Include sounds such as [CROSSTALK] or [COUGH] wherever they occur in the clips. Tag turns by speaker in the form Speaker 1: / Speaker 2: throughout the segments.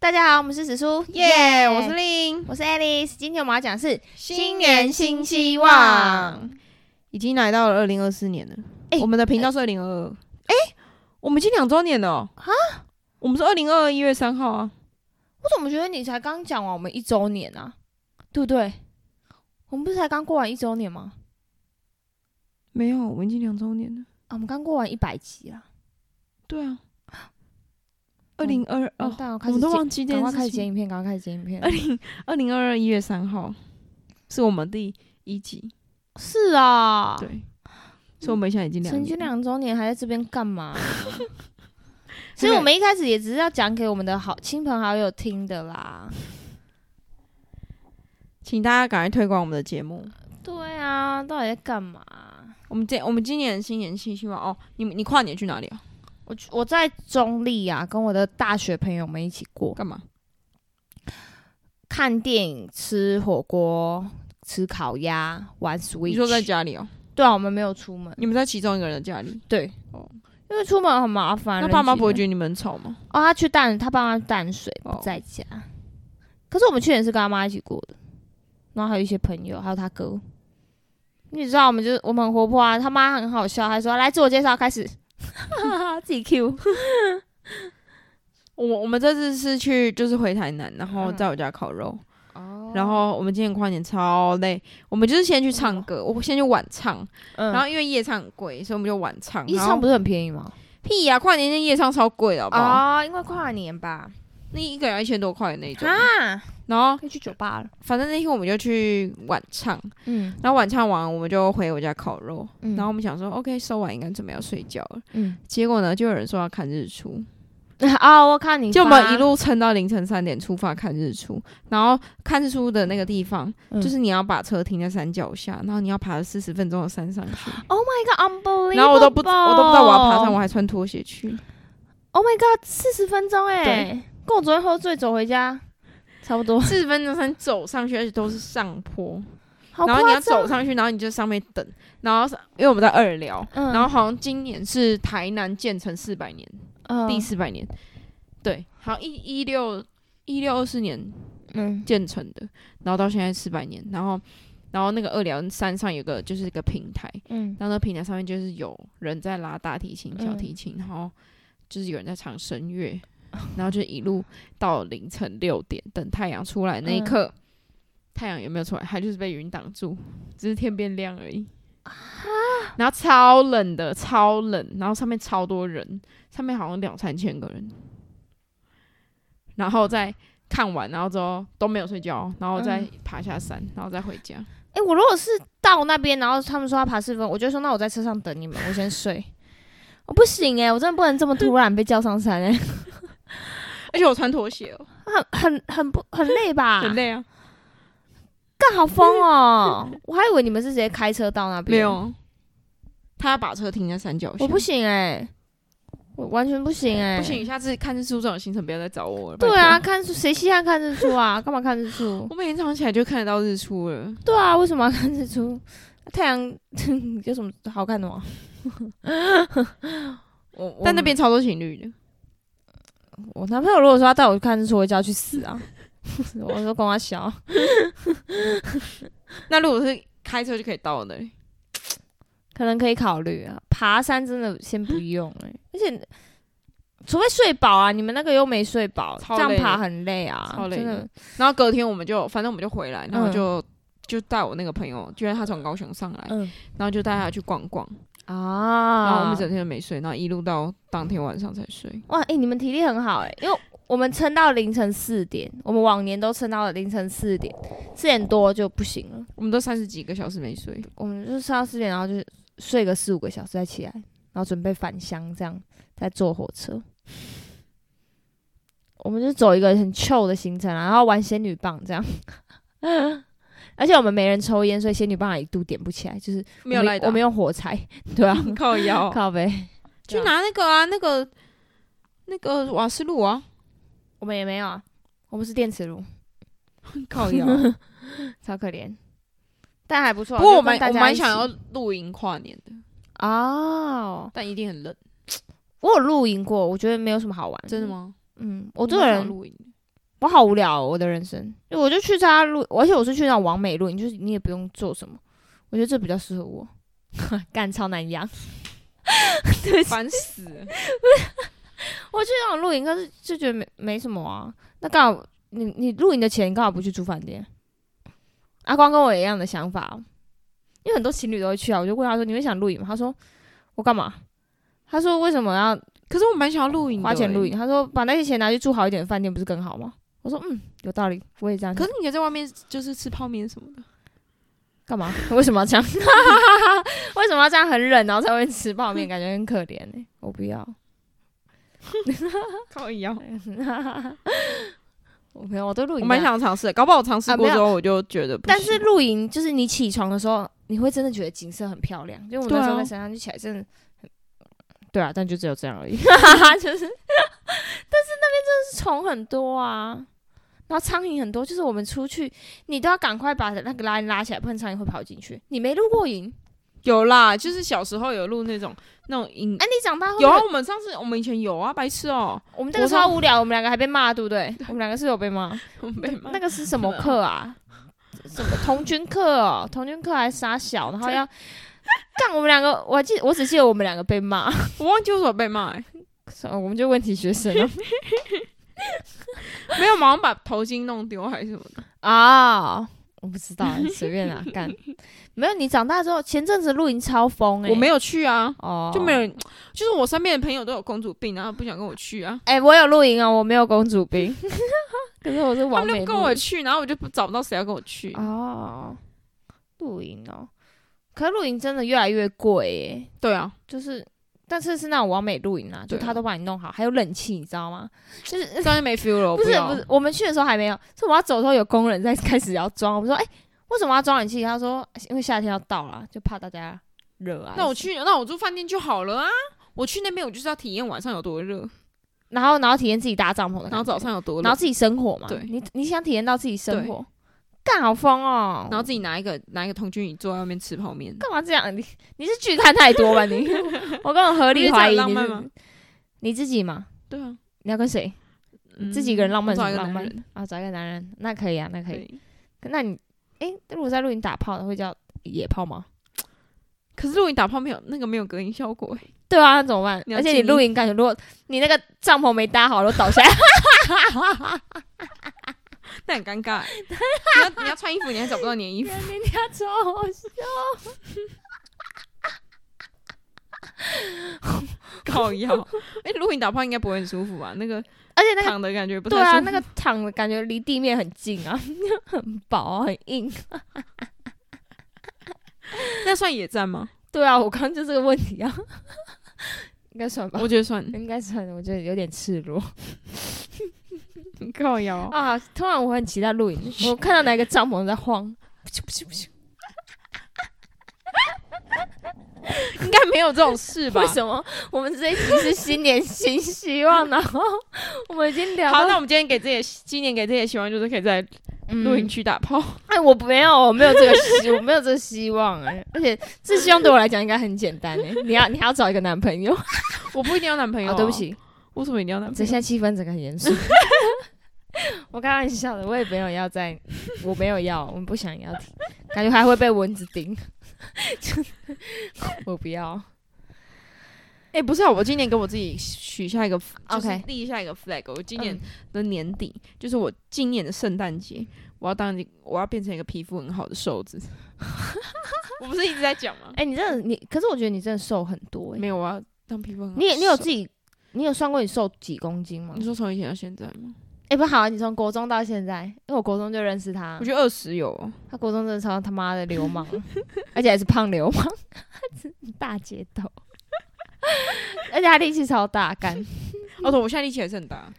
Speaker 1: 大家好，我们是紫苏，
Speaker 2: 耶、我是令，
Speaker 1: 我是 Alice，今天我们要讲的是
Speaker 2: 希。，已经来到了二零二四年了。
Speaker 1: 哎
Speaker 2: 我们的频道是二零二二，哎，我们已经两周年了哦。啊，我们是二零二二一月三号啊。
Speaker 1: 我怎么觉得你才刚讲完我们一周年啊？对不对？我们不是才刚过完一周年吗？
Speaker 2: 没有，我们已经两周年了。
Speaker 1: 啊，我们刚过完一百集啦。
Speaker 2: 对啊，二零二
Speaker 1: 完
Speaker 2: 二，
Speaker 1: 蛋我开
Speaker 2: 哦
Speaker 1: 始
Speaker 2: 我们都
Speaker 1: 剪
Speaker 2: 忘记这
Speaker 1: 赶
Speaker 2: 件
Speaker 1: 快开
Speaker 2: 事
Speaker 1: 始剪
Speaker 2: 情。哎
Speaker 1: 影片，赶快开始剪影片
Speaker 2: 二。零二零二二一月三号是我们第一集，
Speaker 1: 是啊，
Speaker 2: 对，哦所以我们现在已经两
Speaker 1: 成
Speaker 2: 年
Speaker 1: 军
Speaker 2: 了
Speaker 1: 两周年还在这边干
Speaker 2: [LAUGHS]
Speaker 1: 嘛？所以我们一开始也只是要讲给我们的好亲朋好友听的啦。
Speaker 2: 请大家赶快推广我们的节目。
Speaker 1: 对啊，到底在干嘛？
Speaker 2: 我们这我们今年新年新希望哦，你你跨年去哪里啊？
Speaker 1: 我去我在中立啊，跟我的大学朋友们一起过，
Speaker 2: 干嘛？
Speaker 1: 看电影、吃火锅、吃烤鸭、玩 Switch。
Speaker 2: 你说在家里哦？
Speaker 1: 对啊，我们没有出门，
Speaker 2: 你们在其中一个人的家里？
Speaker 1: 对，
Speaker 2: 哦
Speaker 1: 因为出门很麻烦。
Speaker 2: 那爸妈不会
Speaker 1: 人
Speaker 2: 觉
Speaker 1: 挤人
Speaker 2: 得你们很吵吗？
Speaker 1: 哦，他去淡，他爸妈去淡水
Speaker 2: 哦
Speaker 1: 不在家。可是我们去年是跟他妈一起过的，然后还有一些朋友，还有他哥。你知道，我们就是我们很活泼啊，他妈很好笑，还说来自我介绍开始，自己 Q。
Speaker 2: 我我们这次是去就是回台南，然后
Speaker 1: 嗯
Speaker 2: 在我家烤肉，
Speaker 1: 哦
Speaker 2: 然后我们今年跨年超累，我们就是先去唱歌，我先去晚唱，
Speaker 1: 嗯
Speaker 2: 然后因为夜唱很贵，所以我们就晚
Speaker 1: [LAUGHS]
Speaker 2: 唱。
Speaker 1: 一
Speaker 2: 然
Speaker 1: 唱
Speaker 2: 后
Speaker 1: 不是很便宜吗？
Speaker 2: 屁呀、跨年那夜唱超贵的好不好？
Speaker 1: 哦，因为跨年吧，
Speaker 2: 那一个人要一千多块的那种。
Speaker 1: 啊，
Speaker 2: 然后
Speaker 1: 可以去酒吧了。
Speaker 2: 反正那天我们就去晚唱，
Speaker 1: 嗯，
Speaker 2: 然后晚唱完我们就回我家烤肉，
Speaker 1: 嗯
Speaker 2: 然后我们想说 OK 收完应该准备要睡觉了，
Speaker 1: 嗯，
Speaker 2: 结果呢就有人说要看日出，
Speaker 1: 啊，我看你
Speaker 2: 就我
Speaker 1: 发
Speaker 2: 们一路撑到凌晨三点出发看日出，然后看日出的那个地方、
Speaker 1: 嗯
Speaker 2: 就是你要把车停在山脚下，然后你要爬四十分钟的山上去，
Speaker 1: ，Oh my God，unbelievable！
Speaker 2: 然后我都不我都不知道我要爬山，我还穿拖鞋去，
Speaker 1: Oh my God，四十分钟哎、
Speaker 2: 对
Speaker 1: 跟我昨天喝醉走回家，差不多。
Speaker 2: 四十分钟山走上去，而且都是上坡，
Speaker 1: 好
Speaker 2: 然后你
Speaker 1: 夸
Speaker 2: 要
Speaker 1: 张，
Speaker 2: 走上去，然后你就上面等，然后因为我们在二寮，
Speaker 1: 嗯
Speaker 2: 然后好像今年是台南建成四百年。
Speaker 1: 嗯
Speaker 2: 第四百年，对，好像一一六一六二四年
Speaker 1: 嗯
Speaker 2: 建成的，然后到现在四百年，然后然后那个二寮山上有个就是一个平台，
Speaker 1: 嗯
Speaker 2: 然后那平台上面就是有人在拉大提琴、小
Speaker 1: 嗯
Speaker 2: 提琴，然后就是有人在唱声 [LAUGHS] 乐，然后就一路到凌晨六点，等太阳出来那一
Speaker 1: 嗯
Speaker 2: 刻。太阳有没有出来？它就是被云挡住，只是天变亮而已。然后超冷的，超冷，然后上面超多人，上面好像两三千个人。然后再看完，然后之后都没有睡觉，然后再
Speaker 1: 嗯
Speaker 2: 爬下山，然后再回家。
Speaker 1: 哎、我如果是到那边，然后他们说要爬四分，我就说那我在车上等你们，我先
Speaker 2: [LAUGHS]
Speaker 1: 睡。我不行哎、我真的不能这么突然被叫上山哎、
Speaker 2: 而且我穿拖鞋哦，
Speaker 1: [LAUGHS] 很很不很累吧？
Speaker 2: [LAUGHS] 很，累啊。
Speaker 1: 干好疯哦！我还以为你们是直接开车到那边，
Speaker 2: 没，有，他把车停在山脚下。
Speaker 1: 我不行哎、我完全不行哎、
Speaker 2: 不行，。下次看日出这种行程不要再找我了。拜
Speaker 1: 对
Speaker 2: 托
Speaker 1: 啊，，看谁稀罕看日出 [LAUGHS] 啊？干嘛看日出？
Speaker 2: 我每天早上起来就看得到日出了。
Speaker 1: 对啊，为什么要看日出？太阳 [LAUGHS] 有什么好看的 [LAUGHS] 吗？我我
Speaker 2: 但那边超多情侣的，
Speaker 1: 我男朋友如果说要带我去看日出，我会叫他去死啊！ [LAUGHS] 我说光他小，
Speaker 2: 那如果是开车就可以到的欸，
Speaker 1: 可能可以考虑啊。爬山真的先不用哎、而且除非睡饱啊，你们那个又没睡饱，这
Speaker 2: 超
Speaker 1: 样
Speaker 2: 累的
Speaker 1: 爬很累啊，
Speaker 2: 超累
Speaker 1: 真
Speaker 2: 的。然后隔天我们就，反正我们就回来，然后
Speaker 1: 嗯
Speaker 2: 就、就带我那个朋友，居然他从高雄上来，
Speaker 1: 嗯
Speaker 2: 然后就带他去逛逛，
Speaker 1: 啊，
Speaker 2: 然后我们整天都没睡，然后一路到当天晚上才睡。
Speaker 1: 哇，哎、你们体力很好哎、因为我们撑到凌晨四点，我们往年都撑到凌晨四点，四点多就不行了。
Speaker 2: 我们都三十几个小时没睡，
Speaker 1: 我们就是上到四点，然后就是睡个四五个小时再起来，然后准备返乡，这样再坐火车。我们就走一个很 chill 的行程啊，然后玩仙女棒这样。 [LAUGHS] 而且我们没人抽烟，所以仙女棒还一度点不起来，就是
Speaker 2: 没有
Speaker 1: 我们
Speaker 2: 赖的啊，
Speaker 1: 我们用火柴，对
Speaker 2: [LAUGHS]
Speaker 1: 啊，
Speaker 2: 靠腰，
Speaker 1: 靠呗，
Speaker 2: 去拿那个啊，那个那个瓦斯炉
Speaker 1: [LAUGHS]
Speaker 2: 啊，
Speaker 1: 我们也没有啊，我们是电磁炉，
Speaker 2: 靠腰。
Speaker 1: 超可怜，但还不错啊。
Speaker 2: 不过我
Speaker 1: 们
Speaker 2: 蛮我蛮想要露营跨年的，
Speaker 1: 哦，
Speaker 2: 但一定很冷。
Speaker 1: 我有露营过，我觉得没有什么好玩，
Speaker 2: [LAUGHS] 真的？吗？
Speaker 1: 嗯，我这个人
Speaker 2: [LAUGHS] 露营，
Speaker 1: 我好无聊、哦，我的人生，因为我就去参加露，而且我是去那种完美露营，就是你也不用做什么，我觉得这比较适合我。 [LAUGHS] 干超难养，
Speaker 2: 烦死了。
Speaker 1: 我去那种露营，可是就觉得没没什么啊。那刚好你你露营的钱刚好不去住饭店。阿光跟我一样的想法哦，因为很多情侣都会去啊。我就问他说：“你会想露营吗？”他说：“我干嘛？”他说：“为什么要
Speaker 2: 可是我蛮想要露营，
Speaker 1: 花钱露。营。他说把那些钱拿去住好一点的饭店不是更好吗？我说嗯，有道理，我也这样
Speaker 2: 可
Speaker 1: 想。
Speaker 2: 是你可以在外面就是吃泡面什么的，
Speaker 1: 干嘛？为什么要这样？ [LAUGHS] 为什么要这样很冷，然后才会吃泡面，感觉很可怜呢、欸我不
Speaker 2: [LAUGHS]
Speaker 1: 要， [LAUGHS]
Speaker 2: 靠一样。
Speaker 1: 我没有，我对露
Speaker 2: 我
Speaker 1: 营
Speaker 2: 蛮想尝试的，搞不好我尝试
Speaker 1: 啊
Speaker 2: 过
Speaker 1: 没有
Speaker 2: 之后我就觉得不行。
Speaker 1: 但是露营就是你起床的时候，你会真的觉得景色很漂亮。就我们
Speaker 2: 对啊
Speaker 1: 那时候在山上就起来，真的很对啊，但就只有这样
Speaker 2: [LAUGHS]
Speaker 1: 而已，就是。但是那边真的是虫很多啊，然后苍蝇很多，就是我们出去，你都要赶快把那个拉链拉起来，不然苍蝇会跑进去。你没露过营，
Speaker 2: 有啦，就是小时候有录那种那种影
Speaker 1: 哎、，你长大后
Speaker 2: 有啊，，我们上次我们以前有啊，白痴哦、
Speaker 1: 我们那个
Speaker 2: 我说
Speaker 1: 超无聊，我们两个还被骂，对不对？我们两个是有被骂。
Speaker 2: 我们被骂
Speaker 1: 那个是什么课
Speaker 2: [LAUGHS]
Speaker 1: 啊？什么童军课哦？童军课还傻小，然后要 [LAUGHS] 干我们两个，我还记我只记得我们两个被骂， [LAUGHS]
Speaker 2: 我忘记为什么被骂、欸，
Speaker 1: 算了我们就问题学生了 [LAUGHS]
Speaker 2: 没有马上把头巾弄丢还是什么的。
Speaker 1: 啊。我不知道，随便
Speaker 2: [LAUGHS]
Speaker 1: 啦，干。没有，你长大之后，前阵子露营超疯哎、
Speaker 2: 我没
Speaker 1: 有
Speaker 2: 有去啊，
Speaker 1: 哦，
Speaker 2: 就没有人，就是我身边的朋友都有公主病，然后不想跟我去啊。
Speaker 1: 哎、我有露营哦，我没有公主
Speaker 2: [LAUGHS]
Speaker 1: 病，可是我是
Speaker 2: 他
Speaker 1: 王
Speaker 2: 们
Speaker 1: 美
Speaker 2: 就
Speaker 1: 露
Speaker 2: 跟我去，然后我就不找不到谁要跟我去。
Speaker 1: 哦，露营哦，可是露营真的越来越贵哎、[LAUGHS]
Speaker 2: 对啊，
Speaker 1: 就是，但是是那种完美露营啊，就
Speaker 2: 对啊
Speaker 1: 他都帮你弄好，还有冷气，你知道吗？就是
Speaker 2: 这样就没 feel 了。我
Speaker 1: 不是
Speaker 2: 哦要
Speaker 1: 不是，，我们去的时候还没有，是我要走的时候有工人在 [LAUGHS] 开始要装，我们说哎、为什么要装冷气？他说因为夏天要到了，就怕大家热啊。
Speaker 2: 那我，去，那我住饭店就好了啊。我去那边，我就是要体验晚上有多热，
Speaker 1: 然后然后体验自己搭帐篷的，
Speaker 2: 然后早，上有多
Speaker 1: 然
Speaker 2: 冷
Speaker 1: 后，自己生活嘛，
Speaker 2: 对
Speaker 1: 你你想体验到自己生活，干好疯哦，
Speaker 2: 然后自己拿一个拿一个童军椅坐在外面吃泡面。
Speaker 1: 干嘛这样？你你是剧看太多吧？你
Speaker 2: [LAUGHS]
Speaker 1: 我根本 [LAUGHS] 合理怀疑
Speaker 2: 我觉得这样
Speaker 1: 你
Speaker 2: 很浪漫
Speaker 1: 是
Speaker 2: 吗
Speaker 1: 你自己嘛？
Speaker 2: 对啊，
Speaker 1: 你要跟谁？自己一个人浪漫
Speaker 2: 嗯
Speaker 1: 是
Speaker 2: 找
Speaker 1: 很
Speaker 2: 一个
Speaker 1: 浪
Speaker 2: 男
Speaker 1: 漫
Speaker 2: 人。
Speaker 1: 啊，找一个男人，那可以啊，那可以。
Speaker 2: 对，
Speaker 1: 那你，诶，如果在露营打炮，会叫野炮吗？
Speaker 2: 可是如果你打泡没有那个没有隔音效果欸，
Speaker 1: 对啊，那怎么办？
Speaker 2: 你要
Speaker 1: 而且
Speaker 2: 静
Speaker 1: 你露
Speaker 2: 音
Speaker 1: 营，感觉如果你那个帐篷没搭好，然后倒下来，
Speaker 2: 那很尴尬欸。你要你要穿衣服，你还找不 [LAUGHS] 到你的衣服。
Speaker 1: 人家超好笑。
Speaker 2: 靠腰，哎、如果你打泡应该不会很舒服吧？那个
Speaker 1: [LAUGHS] 而且那个，
Speaker 2: 躺的感觉不太
Speaker 1: 对
Speaker 2: 舒服。
Speaker 1: 啊，那个躺的感觉离地面很近啊， [LAUGHS] 很薄啊、很硬。
Speaker 2: 那算野战吗？
Speaker 1: 对啊，我刚刚就这个问题啊， [LAUGHS] 应该算吧
Speaker 2: 我，觉得算。
Speaker 1: [LAUGHS] 应该算，我觉得有点赤
Speaker 2: [LAUGHS]
Speaker 1: 裸。
Speaker 2: 靠腰，
Speaker 1: 啊！突然我很期待露
Speaker 2: [LAUGHS]
Speaker 1: 营，我看到哪个帐篷在晃，
Speaker 2: 应该没有这种事吧？
Speaker 1: 为什么我们这一集是新年新希望？然后我们已经聊
Speaker 2: 好，
Speaker 1: 到
Speaker 2: 那我们今天给自己的今年给自己的希望就是可以在露营
Speaker 1: 嗯
Speaker 2: 区打炮。
Speaker 1: [LAUGHS] 哎，我没有，我没有这个希，我没有这个希望哎、而且这希望对我来讲应该很简单哎、你要你还要找一个男朋友啊、
Speaker 2: [LAUGHS] 我哦不一定要男朋友、啊
Speaker 1: 对不，起，
Speaker 2: 为什么一定要男
Speaker 1: 这
Speaker 2: 朋
Speaker 1: 现在
Speaker 2: 友？
Speaker 1: 气氛整个很严肃。 [LAUGHS] 我开玩笑的，我也没有要在，我没有要，我不想要提，感觉还会被蚊子叮。我不要，
Speaker 2: 哎、不是、啊，我今年给我自己许下一个就是
Speaker 1: OK
Speaker 2: 立下一个 flag。我今年的年底，就是我今年的圣诞节，我要当一，我要变成一个皮肤很好的瘦子。 [LAUGHS] 我不是一直在讲吗？
Speaker 1: 哎、你真的你，可是我觉得你真的瘦很多哎、
Speaker 2: [LAUGHS] 没有，我要当皮肤很好。
Speaker 1: 你也你有自
Speaker 2: 己？
Speaker 1: 己，你有算过你瘦几公斤吗
Speaker 2: 你？说从以前到现在吗？
Speaker 1: 哎、不好、啊，你从国中到现在，因为我国中就认识他
Speaker 2: 我，觉得二十有、哦，
Speaker 1: 他国中真的超他妈的流氓，啊 [LAUGHS] 而且还是胖流氓， [LAUGHS] 大姐头， [LAUGHS] 而且他力气超大，干
Speaker 2: 哦，对，我现在力气还是很大。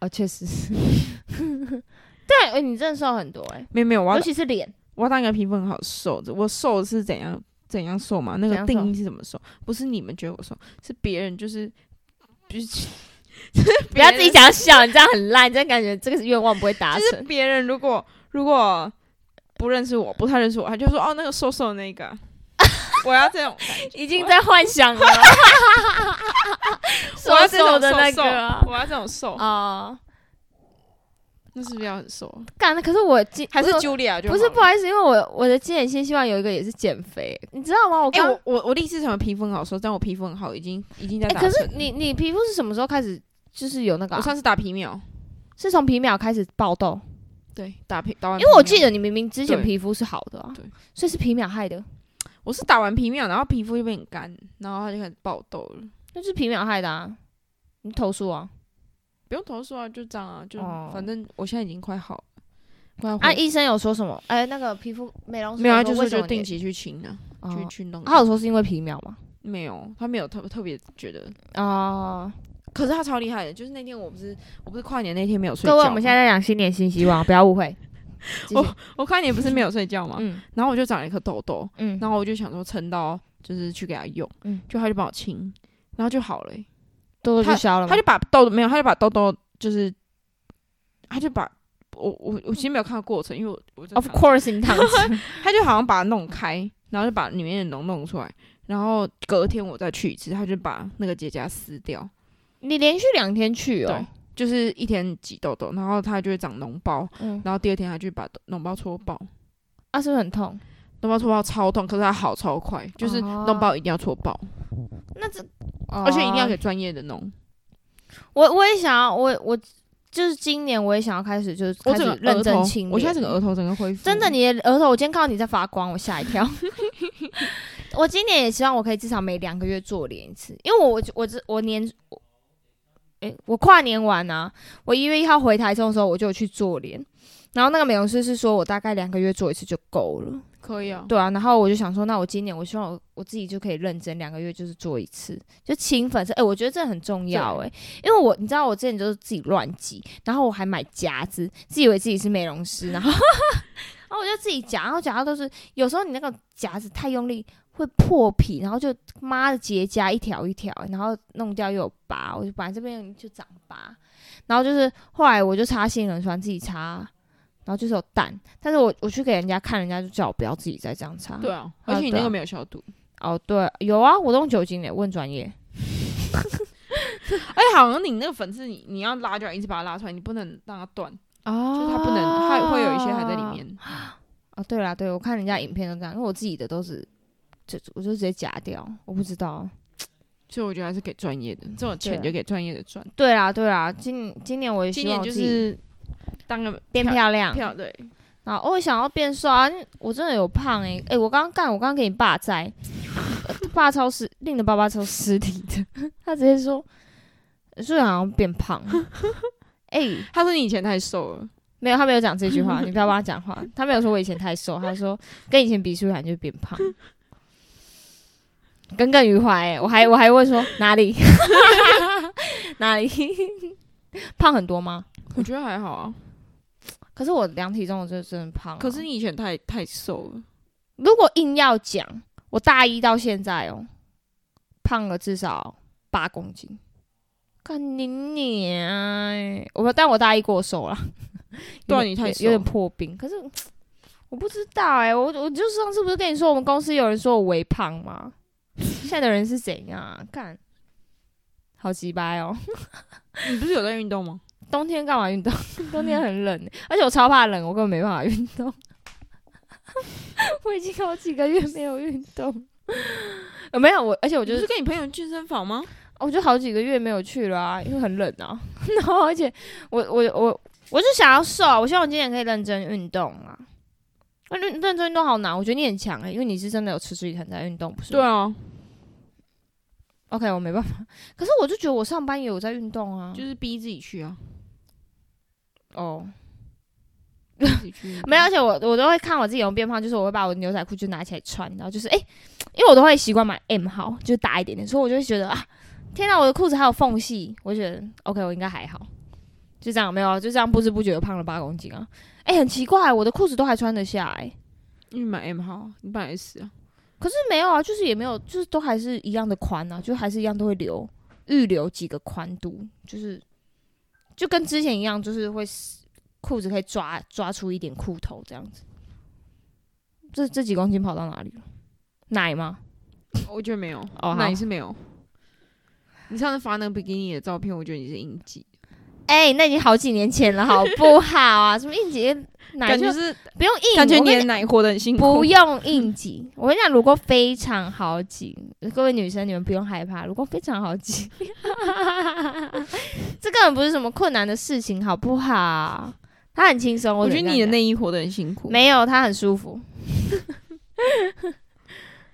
Speaker 1: 哦，确实 [LAUGHS] 是，对，哎你真的瘦很多哎、
Speaker 2: 没有没有，我要
Speaker 1: 尤其是脸，
Speaker 2: 我要当一个皮肤很好的瘦子。我瘦是怎样怎样瘦嘛？那
Speaker 1: 怎
Speaker 2: 个
Speaker 1: 样瘦
Speaker 2: 定义是怎么瘦？不是你们觉得我瘦，是别人就是就是
Speaker 1: 不要自己，想笑，你这样很烂，你这样感觉这个愿望不会达
Speaker 2: 别人就是
Speaker 1: 成。
Speaker 2: 别人如果如果不认识我，不太认识我，他就说哦那个瘦瘦的那个
Speaker 1: [LAUGHS]
Speaker 2: 啊，我要这种，
Speaker 1: 已经在幻想 [LAUGHS] 了，
Speaker 2: 我要这
Speaker 1: 瘦
Speaker 2: 种
Speaker 1: 的那
Speaker 2: 瘦
Speaker 1: 个啊
Speaker 2: 我要这种瘦。
Speaker 1: 哦，
Speaker 2: 那是不是要很瘦啊？
Speaker 1: 干，可是我今
Speaker 2: 还是
Speaker 1: 我
Speaker 2: Julia 就
Speaker 1: 不是
Speaker 2: 好
Speaker 1: 不好意思，因为我我的经典新希望有一个也是减肥，你知道吗？我
Speaker 2: 哎、
Speaker 1: 刚、
Speaker 2: 我我我第一次什么皮肤很好的时候，但我皮肤很好，已经已经在
Speaker 1: 哎
Speaker 2: 打、
Speaker 1: 可是你你皮肤是什么时候开始就是有那个、
Speaker 2: 我
Speaker 1: 啊？
Speaker 2: 上次打哦皮秒，
Speaker 1: 是从皮秒开始爆痘？
Speaker 2: 对，打皮打完，
Speaker 1: 因为我记得你明明之前
Speaker 2: 啊对
Speaker 1: 皮肤是好的啊
Speaker 2: 对，
Speaker 1: 所以是皮秒害的，
Speaker 2: 我是打完皮秒，然后皮肤就变很干，然后它就开始爆痘了。
Speaker 1: 那是皮秒害的啊，你投诉啊？
Speaker 2: 不用投诉啊，就这样啊，就、
Speaker 1: 哦
Speaker 2: 反正我现在已经快好了，快要
Speaker 1: 啊，
Speaker 2: 恢复
Speaker 1: 医生有说什么？哎、那个皮肤美容师
Speaker 2: 哦没有啊，
Speaker 1: 说
Speaker 2: 就
Speaker 1: 为
Speaker 2: 是
Speaker 1: 什么
Speaker 2: 就定
Speaker 1: 你
Speaker 2: 期去清啊，
Speaker 1: 哦
Speaker 2: 去去弄。
Speaker 1: 他有说是因为皮秒吗？
Speaker 2: 没有，他没有特特别觉得，
Speaker 1: 哦、
Speaker 2: 可是他超厉害的，就是那天我不是我不是跨年那天没有睡觉
Speaker 1: 各
Speaker 2: 吗，
Speaker 1: 位，我们现在在讲新年新希望，不要误
Speaker 2: [LAUGHS]
Speaker 1: 会。继续
Speaker 2: 我跨年不是没有睡觉吗？ [LAUGHS]
Speaker 1: 嗯
Speaker 2: 然后我就长了一颗痘痘，
Speaker 1: 嗯，
Speaker 2: 然后我就想说撑到就是去给他用，
Speaker 1: 嗯
Speaker 2: 就他就帮我清，然后就好了欸、
Speaker 1: 痘痘就消了吗，
Speaker 2: 他就把痘没有，他就把痘痘就是，他就把我我
Speaker 1: 嗯
Speaker 2: 我其实没有看到过程，因为我我就
Speaker 1: of course 你躺着
Speaker 2: 他就好像把它弄开，然后就把里面的脓弄出来，然后隔天我再去一次，他就把那个结痂撕掉，
Speaker 1: [LAUGHS] 你连续两天去哦
Speaker 2: 对，就是一天挤痘痘，然后它就会长脓包，
Speaker 1: 嗯，
Speaker 2: 然后第二天他就把脓包戳爆，
Speaker 1: 啊，是不是很痛？
Speaker 2: 脓包戳爆超痛，可是它好超快，就是
Speaker 1: 哦
Speaker 2: 脓包一定要戳爆，
Speaker 1: 那这，
Speaker 2: 而且一定要给专业的弄。
Speaker 1: 我我也想要，我我就是今年我也想要开始就是
Speaker 2: 我
Speaker 1: 开始
Speaker 2: 整个
Speaker 1: 认
Speaker 2: 额头
Speaker 1: 真清，理。
Speaker 2: 我现在整个额头整个恢复，
Speaker 1: 真的，你的额头，我今天看到你在发光，我吓一
Speaker 2: [LAUGHS]
Speaker 1: 跳。我今年也希望我可以至少每两个月做脸一次，因为我我我这我年，我诶、我跨年完啊，我一月一号回台中的时候我就有去做脸，然后那个美容师是说我大概两个月做一次就够了，
Speaker 2: 可以啊，
Speaker 1: 对啊，然后我就想说，那我今年我希望我我自己就可以认真两个月就是做一次，就清粉刺，哎诶、我觉得这很重要诶、哎因为我你知道我之前就是自己乱挤，然后我还买夹子，自以为自己是美容师，然后 [LAUGHS] 然后我就自己夹，然后夹到都是有时候你那个夹子太用力会破皮，然后就妈的结痂一条一条，然后弄掉又有疤，我就本来这边就长疤，然后就是后来我就擦杏仁酸自己擦。然后就是有蛋，但是我我去给人家看，人家就叫我不要自己再这样擦。
Speaker 2: 对啊，
Speaker 1: 啊
Speaker 2: 而且你
Speaker 1: 对
Speaker 2: 那
Speaker 1: 啊
Speaker 2: 个没有消毒，
Speaker 1: 哦，对，有啊，我都用酒精的，问专业。
Speaker 2: 而且哎好像你那个粉刺，你你要拉就要一直把它拉出来，你不能让它断，
Speaker 1: 哦
Speaker 2: 就是它不能，它会有一些还在里。
Speaker 1: 啊
Speaker 2: 面。
Speaker 1: 哦，对啦，对我看人家影片都这样，因为我自己的都是，就我就直接夹掉，我不知道。
Speaker 2: 所以我觉得还是给专业的，这种
Speaker 1: 对
Speaker 2: 钱
Speaker 1: 啊
Speaker 2: 就给专业的赚。
Speaker 1: 对啦，对啦，今今年我也
Speaker 2: 今
Speaker 1: 希望
Speaker 2: 年
Speaker 1: 我
Speaker 2: 就
Speaker 1: 自己
Speaker 2: 是当个
Speaker 1: 变漂亮，
Speaker 2: 漂对，
Speaker 1: 啊，我也想要变瘦啊！因为我真的有胖诶、欸，诶、我刚刚干，我刚刚给你爸在，爸超失，令的爸爸超失礼的， [LAUGHS] 他直接说，是好像变胖了，诶、
Speaker 2: 他说你以前太瘦了，
Speaker 1: 没有，他没有讲这句话，你不要帮他讲话，他没有说我以前太瘦，他说跟以前比出来你就变胖，耿耿于怀、欸，我还我还问说哪里 [LAUGHS] 哪里 [LAUGHS] 胖很多吗？
Speaker 2: 我觉得还好 [LAUGHS] 啊。
Speaker 1: 可是我量体重，我就真的胖啊、
Speaker 2: 可是你以前太太瘦了，
Speaker 1: 如果硬要讲，我大一到现在哦，胖了至少八公斤。看你你、我但我大一过瘦 [LAUGHS] 了，
Speaker 2: 对
Speaker 1: 有
Speaker 2: 啊
Speaker 1: 点
Speaker 2: 你太瘦
Speaker 1: 有点破冰。可是我不知道哎、我我就上次不是跟你说我们公司有人说我微胖吗？现在的人是怎样啊？看，好鸡掰哦！
Speaker 2: 你不是有在运动 [LAUGHS] 吗？
Speaker 1: 冬天干嘛运动？ [LAUGHS] 冬天很冷 [LAUGHS] 欸，而且我超怕冷，我根本没办法运动。 [LAUGHS] 我已经好几个月没有运动，呃， [LAUGHS] 没有我，而且我
Speaker 2: 我
Speaker 1: 就
Speaker 2: 不
Speaker 1: 是
Speaker 2: 是跟你朋友去健身房吗？
Speaker 1: 我就好几个月没有去了啊，因为很冷啊。 [LAUGHS] 然后而且我我我我就想要瘦啊，我希望我今年可以认真运动啊。那认认真运动好难，我觉得你很强哎、因为你是真的有持之以恒在运动，不是？
Speaker 2: 对。啊，
Speaker 1: OK，我没办法。可是我就觉得我上班也有在运动啊，
Speaker 2: 就是逼自己去啊，
Speaker 1: 哦。
Speaker 2: 逼自己 [LAUGHS] 去
Speaker 1: 没有，而且我我都会看我自己有没有变胖，就是我会把我的牛仔裤就拿起来穿，然后就是哎、诶因为我都会习惯买 M 号，就是大一点点，所以我就会觉得啊，天哪，我的裤子还有缝隙，我就觉得 OK，我应该还好，就这样没有，就这样不知不觉地胖了八公斤啊，哎、很奇怪，我的裤子都还穿得下哎、
Speaker 2: 你买 M 号，你买 S 啊？
Speaker 1: 可是没有啊，就是也没有，就是都还是一样的宽啊，就还是一样都会留预留几个宽度，就是就跟之前一样，就是会 s- 裤子可以抓抓出一点裤头这样子。这这几公斤跑到哪里了？奶吗？
Speaker 2: 我觉得没有，
Speaker 1: 好
Speaker 2: 那你是没有。你上次发那个比基尼的照片，我觉得你是应激。
Speaker 1: 哎、那已经好几年前了，好不好啊？什么应急奶
Speaker 2: 感
Speaker 1: 就
Speaker 2: 觉是
Speaker 1: 不用应，
Speaker 2: 感觉
Speaker 1: 我
Speaker 2: 你
Speaker 1: 跟
Speaker 2: 的奶活得很辛
Speaker 1: [LAUGHS]
Speaker 2: 苦。
Speaker 1: 不
Speaker 2: [LAUGHS]
Speaker 1: 用应急。我跟你讲，乳沟非常好挤，各位女生你们不用害怕，乳沟非常好挤， [LAUGHS] 这根本不是什么困难的事情，好不好？它很轻松，
Speaker 2: 我
Speaker 1: 只
Speaker 2: 觉
Speaker 1: 能
Speaker 2: 得
Speaker 1: 这
Speaker 2: 你的
Speaker 1: 样
Speaker 2: 内衣活得很辛苦。
Speaker 1: 讲没有，它很舒服。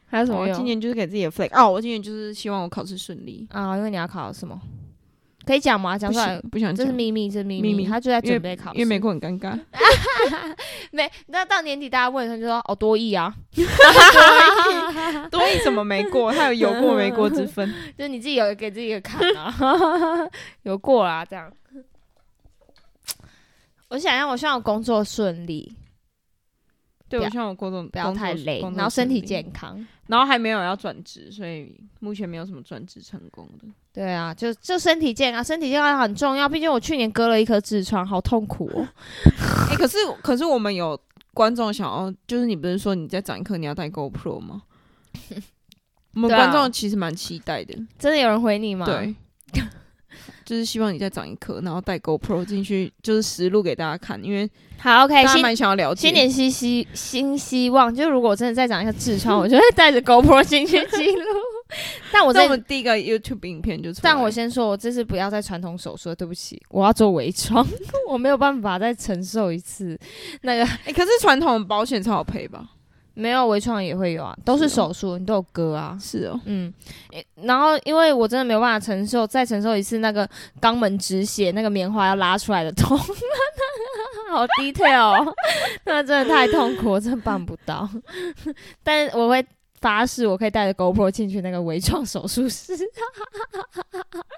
Speaker 1: 还有什么
Speaker 2: 我
Speaker 1: 用？
Speaker 2: 哎今年就是给自己的 flag 哦，我今年就是希望我考试顺利。
Speaker 1: 啊，因为你要考什么？可以讲吗？讲
Speaker 2: 不
Speaker 1: 出来
Speaker 2: 想，不想
Speaker 1: 这是
Speaker 2: 讲
Speaker 1: 秘密，这是秘
Speaker 2: 秘
Speaker 1: 密。
Speaker 2: 密
Speaker 1: 他就在准备考试，
Speaker 2: 因为美国很尴尬。
Speaker 1: 没那到年底大家问的时候就说哦多亿啊，
Speaker 2: 多益怎么没过？它有有过没过之
Speaker 1: [LAUGHS]
Speaker 2: 分。
Speaker 1: 就是你自己有给自己一个坎啊， [LAUGHS] 有过啦这样。我想让我希望我工作顺利，
Speaker 2: 对，
Speaker 1: 不要
Speaker 2: 我希望我工作
Speaker 1: 不要太累，然后身体，健康。
Speaker 2: 工作顺利然后还没有要转职，所以目前没有什么转职成功的。
Speaker 1: 对啊，就就身体健康，身体健康很重要。毕竟我去年割了一颗痔疮，好痛苦哦。 [LAUGHS]
Speaker 2: 哎、可是可是我们有观众想要，就是你不是说你在展课你要带
Speaker 1: [LAUGHS]
Speaker 2: GoPro 吗？我们
Speaker 1: 对啊
Speaker 2: 观众其实蛮期待的，
Speaker 1: 真的有人回你吗？
Speaker 2: 对。， [LAUGHS] 就是希望你再长一颗，然后带 GoPro 进去，就是实录给大家看，因为
Speaker 1: 好，OK，
Speaker 2: 大家
Speaker 1: 新
Speaker 2: 蛮想要了解。
Speaker 1: 新年新希新希望，就如果我真的再长一个痔疮，我就会带着 GoPro 进去记录。 [LAUGHS] 但我
Speaker 2: 那
Speaker 1: 在
Speaker 2: 我们第一个 YouTube 影片就出来了，
Speaker 1: 但我先说，我这次不要再传统手术了，对不起，我要做微创， [LAUGHS] 我没有办法再承受一次。那个
Speaker 2: 哎、可是传统保险超好赔吧？
Speaker 1: 没有微创也会有啊，都是
Speaker 2: 是哦
Speaker 1: 手术，你都有割啊。
Speaker 2: 是哦，
Speaker 1: 嗯，诶然后因为我真的没有办法承受再承受一次那个肛门止血、那个棉花要拉出来的痛， [LAUGHS] 好 detail，、哦、 [LAUGHS] 那真的太痛苦，我真的办不到。 [LAUGHS] 但是我会发誓，我可以带着 GoPro 进去那个微创手术室。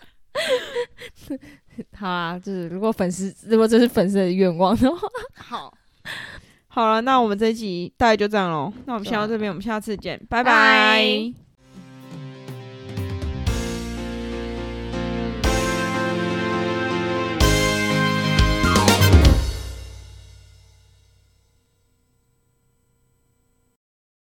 Speaker 1: [LAUGHS] 好啊，就是如果粉丝如果这是粉丝的愿望的话，
Speaker 2: 好，好了，那我们这一集大概就这样喽。那我们先到这边，我们下次见，拜
Speaker 1: 拜
Speaker 2: 拜。
Speaker 1: 拜